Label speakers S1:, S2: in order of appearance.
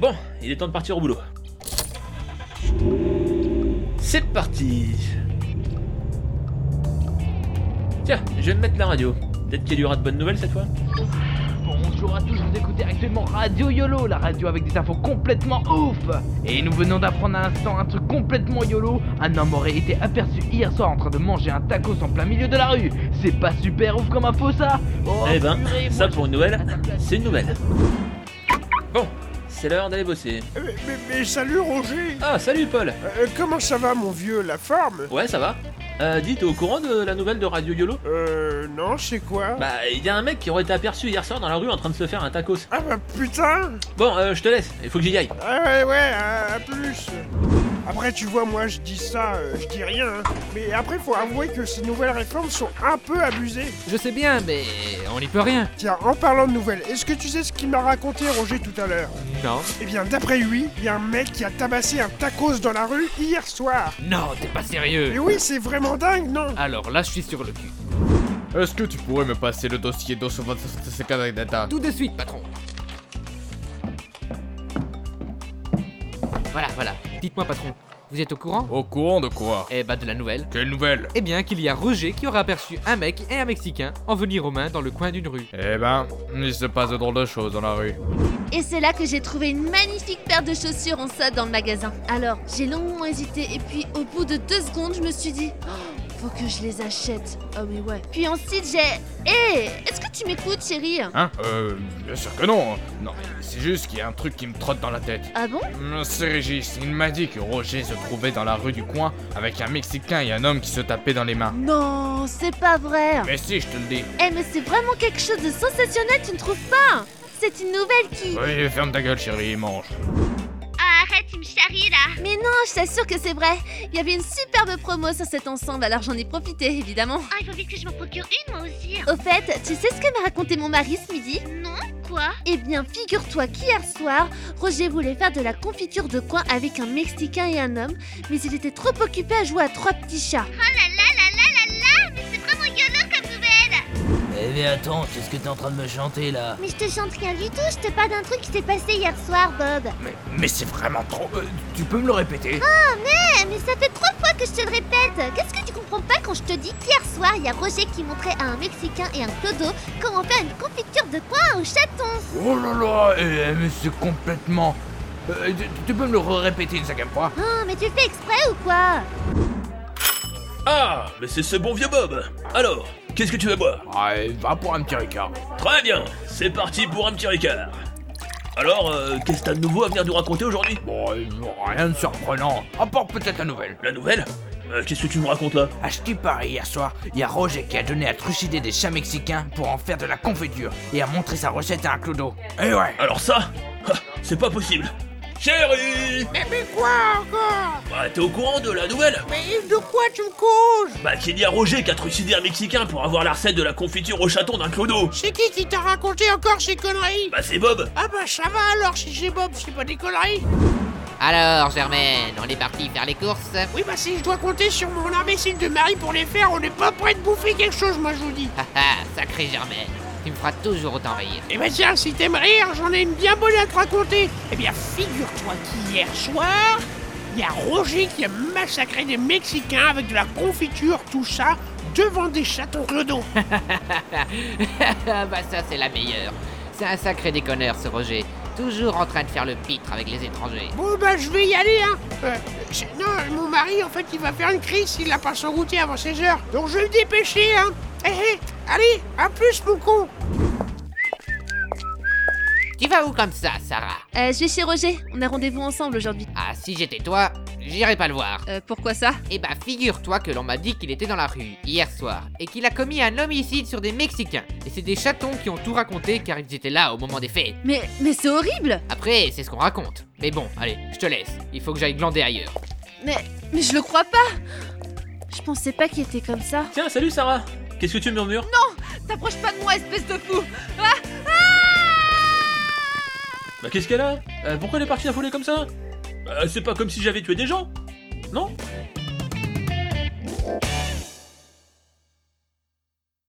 S1: Bon, il est temps de partir au boulot. C'est parti Tiens, je vais me mettre la radio. Peut-être qu'il y aura de bonnes nouvelles cette fois
S2: Bonjour à tous, vous écoutez actuellement Radio YOLO, la radio avec des infos complètement ouf Et nous venons d'apprendre à l'instant un truc complètement YOLO Un homme aurait été aperçu hier soir en train de manger un tacos en plein milieu de la rue C'est pas super ouf comme info ça oh,
S1: Eh ben,
S2: purée,
S1: ça
S2: moi,
S1: pour une nouvelle, c'est une nouvelle. Bon, c'est l'heure d'aller bosser.
S3: Mais, Euh, mais- mais salut Roger
S1: Ah, salut Paul
S3: Euh, Comment ça va mon vieux, la forme
S1: Ouais, ça va euh, Dis, t'es au courant de la nouvelle de Radio YOLO
S3: Euh non, c'est quoi
S1: Bah, il y a un mec qui aurait été aperçu hier soir dans la rue en train de se faire un tacos.
S3: Ah bah putain
S1: Bon, euh, je te laisse, il faut que j'y aille.
S3: Ah ouais ouais, à, à plus Après tu vois, moi je dis ça, euh, je dis rien. hein. Mais après faut avouer que ces nouvelles réformes sont un peu abusées.
S4: Je sais bien, mais on n'y peut rien.
S3: Tiens, en parlant de nouvelles, est-ce que tu sais ce qu'il m'a raconté Roger tout à l'heure
S4: Non.
S3: Eh bien d'après lui, il y a un mec qui a tabassé un tacos dans la rue hier soir.
S5: Euh.
S4: Non, t'es pas
S3: Mais
S4: sérieux.
S3: oui, c'est vraiment dingue, non
S5: Ah
S4: Alors là, je suis sur le cul.
S6: Est-ce que tu pourrais me passer le dossier 227 data
S4: Tout de suite, patron. Voilà, voilà. Dites-moi, patron, vous êtes au courant
S6: Au courant de quoi
S4: Eh bah, de la nouvelle.
S6: Quelle nouvelle
S4: Eh bien, qu'il y a Roger qui aura aperçu un mec et un Mexicain en venir aux mains dans le coin d'une rue.
S6: Eh ben, il se passe de drôles de choses dans la rue.
S7: Et c'est là que j'ai trouvé une magnifique paire de chaussures en solde dans le magasin. Alors, j'ai longuement hésité et puis au bout de deux secondes, je me suis dit Oh, faut que je les achète. Oh mais ouais. Puis ensuite, j'ai Hé, est-ce que tu m'écoutes, chérie
S6: Hein Euh, bien sûr que non Non, mais c'est juste qu'il y a un truc qui me trotte dans la tête.
S7: Ah bon
S6: Hum, C'est Régis, il m'a dit que Roger se trouvait dans la rue du coin avec un Mexicain et un homme qui se tapait dans les mains.
S7: Non, c'est pas vrai.
S6: Mais si, je te le dis.
S7: Eh mais c'est vraiment quelque chose de sensationnel, tu ne trouves pas C'est une nouvelle qui...
S6: Oui, ferme ta gueule, chérie, et mange.
S8: Ah,
S7: arrête, tu me charries là Mais non, je t'assure que c'est vrai Il y avait une superbe promo sur cet ensemble, alors j'en ai profité, évidemment.
S8: Ah, il faut vite que je m'en procure une, moi aussi. hein.
S7: Au fait, tu sais ce que m'a raconté mon mari ce midi
S8: Non Quoi
S7: Eh bien, figure-toi qu'hier soir, Roger voulait faire de la confiture de coin avec un Mexicain et un homme, mais il était trop occupé à jouer à trois petits chats.
S8: Oh là là là là là là Mais c'est vraiment yolo comme nouvelle
S9: Eh mais attends, qu'est-ce que t'es en train de me chanter là
S8: Mais je te chante rien du tout, je te parle d'un truc qui s'est passé hier soir, Bob.
S6: Mais, mais c'est vraiment trop... euh,
S9: Tu peux me le répéter
S8: Eh, mais ça fait trois fois que je te le répète Qu'est-ce que tu comprends pas quand je te dis qu'hier soir, il y a Roger qui montrait à un Mexicain et un clodo comment faire une confiture de coin au chaton
S9: Oh là là, eh,
S2: euh,
S9: mais c'est complètement... Euh, tu, tu peux me le répéter une cinquième fois
S7: Ah,
S8: Oh, mais tu le fais exprès ou quoi
S1: Ah, mais c'est ce bon vieux Bob Alors, qu'est-ce que tu veux boire
S6: Ah, eh, va pour un petit Ricard.
S1: Très bien, c'est parti pour un petit Ricard. Alors, euh, qu'est-ce que t'as de nouveau à venir nous raconter aujourd'hui
S9: Bon, euh, rien de surprenant, à part peut-être la nouvelle.
S1: La nouvelle Euh, Qu'est-ce que tu me racontes là
S9: Ah, je te parie, hier soir, il y a Roger qui a donné à trucider des chats mexicains pour en faire de la confiture et a montré sa recette à un clodo. Eh ouais
S1: Alors ça ah, C'est pas possible Chérie
S5: Mais, mais quoi encore
S1: Bah, t'es au courant de la nouvelle
S5: Mais de quoi tu me causes
S1: Bah, qu'il y a Roger qui a trucidé un Mexicain pour avoir la recette de la confiture au chaton d'un clodo
S5: C'est qui qui t'a raconté encore ces conneries
S1: Bah, c'est Bob
S5: Ah bah ça va alors, si j'ai Bob, c'est pas des conneries
S10: Alors, Germaine, on est parti faire les courses
S5: Oui bah si je dois compter sur mon imbécile de mari pour les faire, on n'est pas prêt de bouffer quelque chose, moi je vous dis
S10: Ah ah, sacré Germaine, tu me feras toujours autant rire.
S5: Eh ben tiens, si t'aimes rire, j'en ai une bien bonne à te raconter Eh bien figure-toi qu'hier soir, il y a Roger qui a massacré des Mexicains avec de la confiture, tout ça, devant des chatons clodos
S10: Ah bah ça, c'est la meilleure. C'est un sacré déconneur, ce Roger. Toujours en train de faire le pitre avec les étrangers.
S5: Bon bah je vais y aller hein Euh, c'est- Non, mon mari en fait il va faire une crise s'il n'a pas son goûter avant 16 heures. Donc je vais me dépêcher hein Hé hé, allez, à plus mon con
S10: Tu vas où comme ça, Sarah
S7: Euh, je vais chez Roger, on a rendez-vous ensemble aujourd'hui.
S10: Ah, si j'étais toi, j'irais pas le voir.
S7: Euh, pourquoi ça
S10: Eh bah, figure-toi que l'on m'a dit qu'il était dans la rue, hier soir, et qu'il a commis un homicide sur des Mexicains. Et c'est des chatons qui ont tout raconté car ils étaient là au moment des faits.
S7: Mais, mais c'est horrible
S10: Après, c'est ce qu'on raconte. Mais bon, allez, je te laisse. Il faut que j'aille glander ailleurs.
S7: Mais, mais je le crois pas Je pensais pas qu'il était comme ça.
S1: Tiens, salut Sarah Qu'est-ce que tu murmures
S7: T'approches pas de moi, espèce de fou
S1: Bah, qu'est-ce Euh, qu'elle a Euh, Pourquoi elle est partie la foulée comme ça Bah, C'est pas comme si j'avais tué des gens Non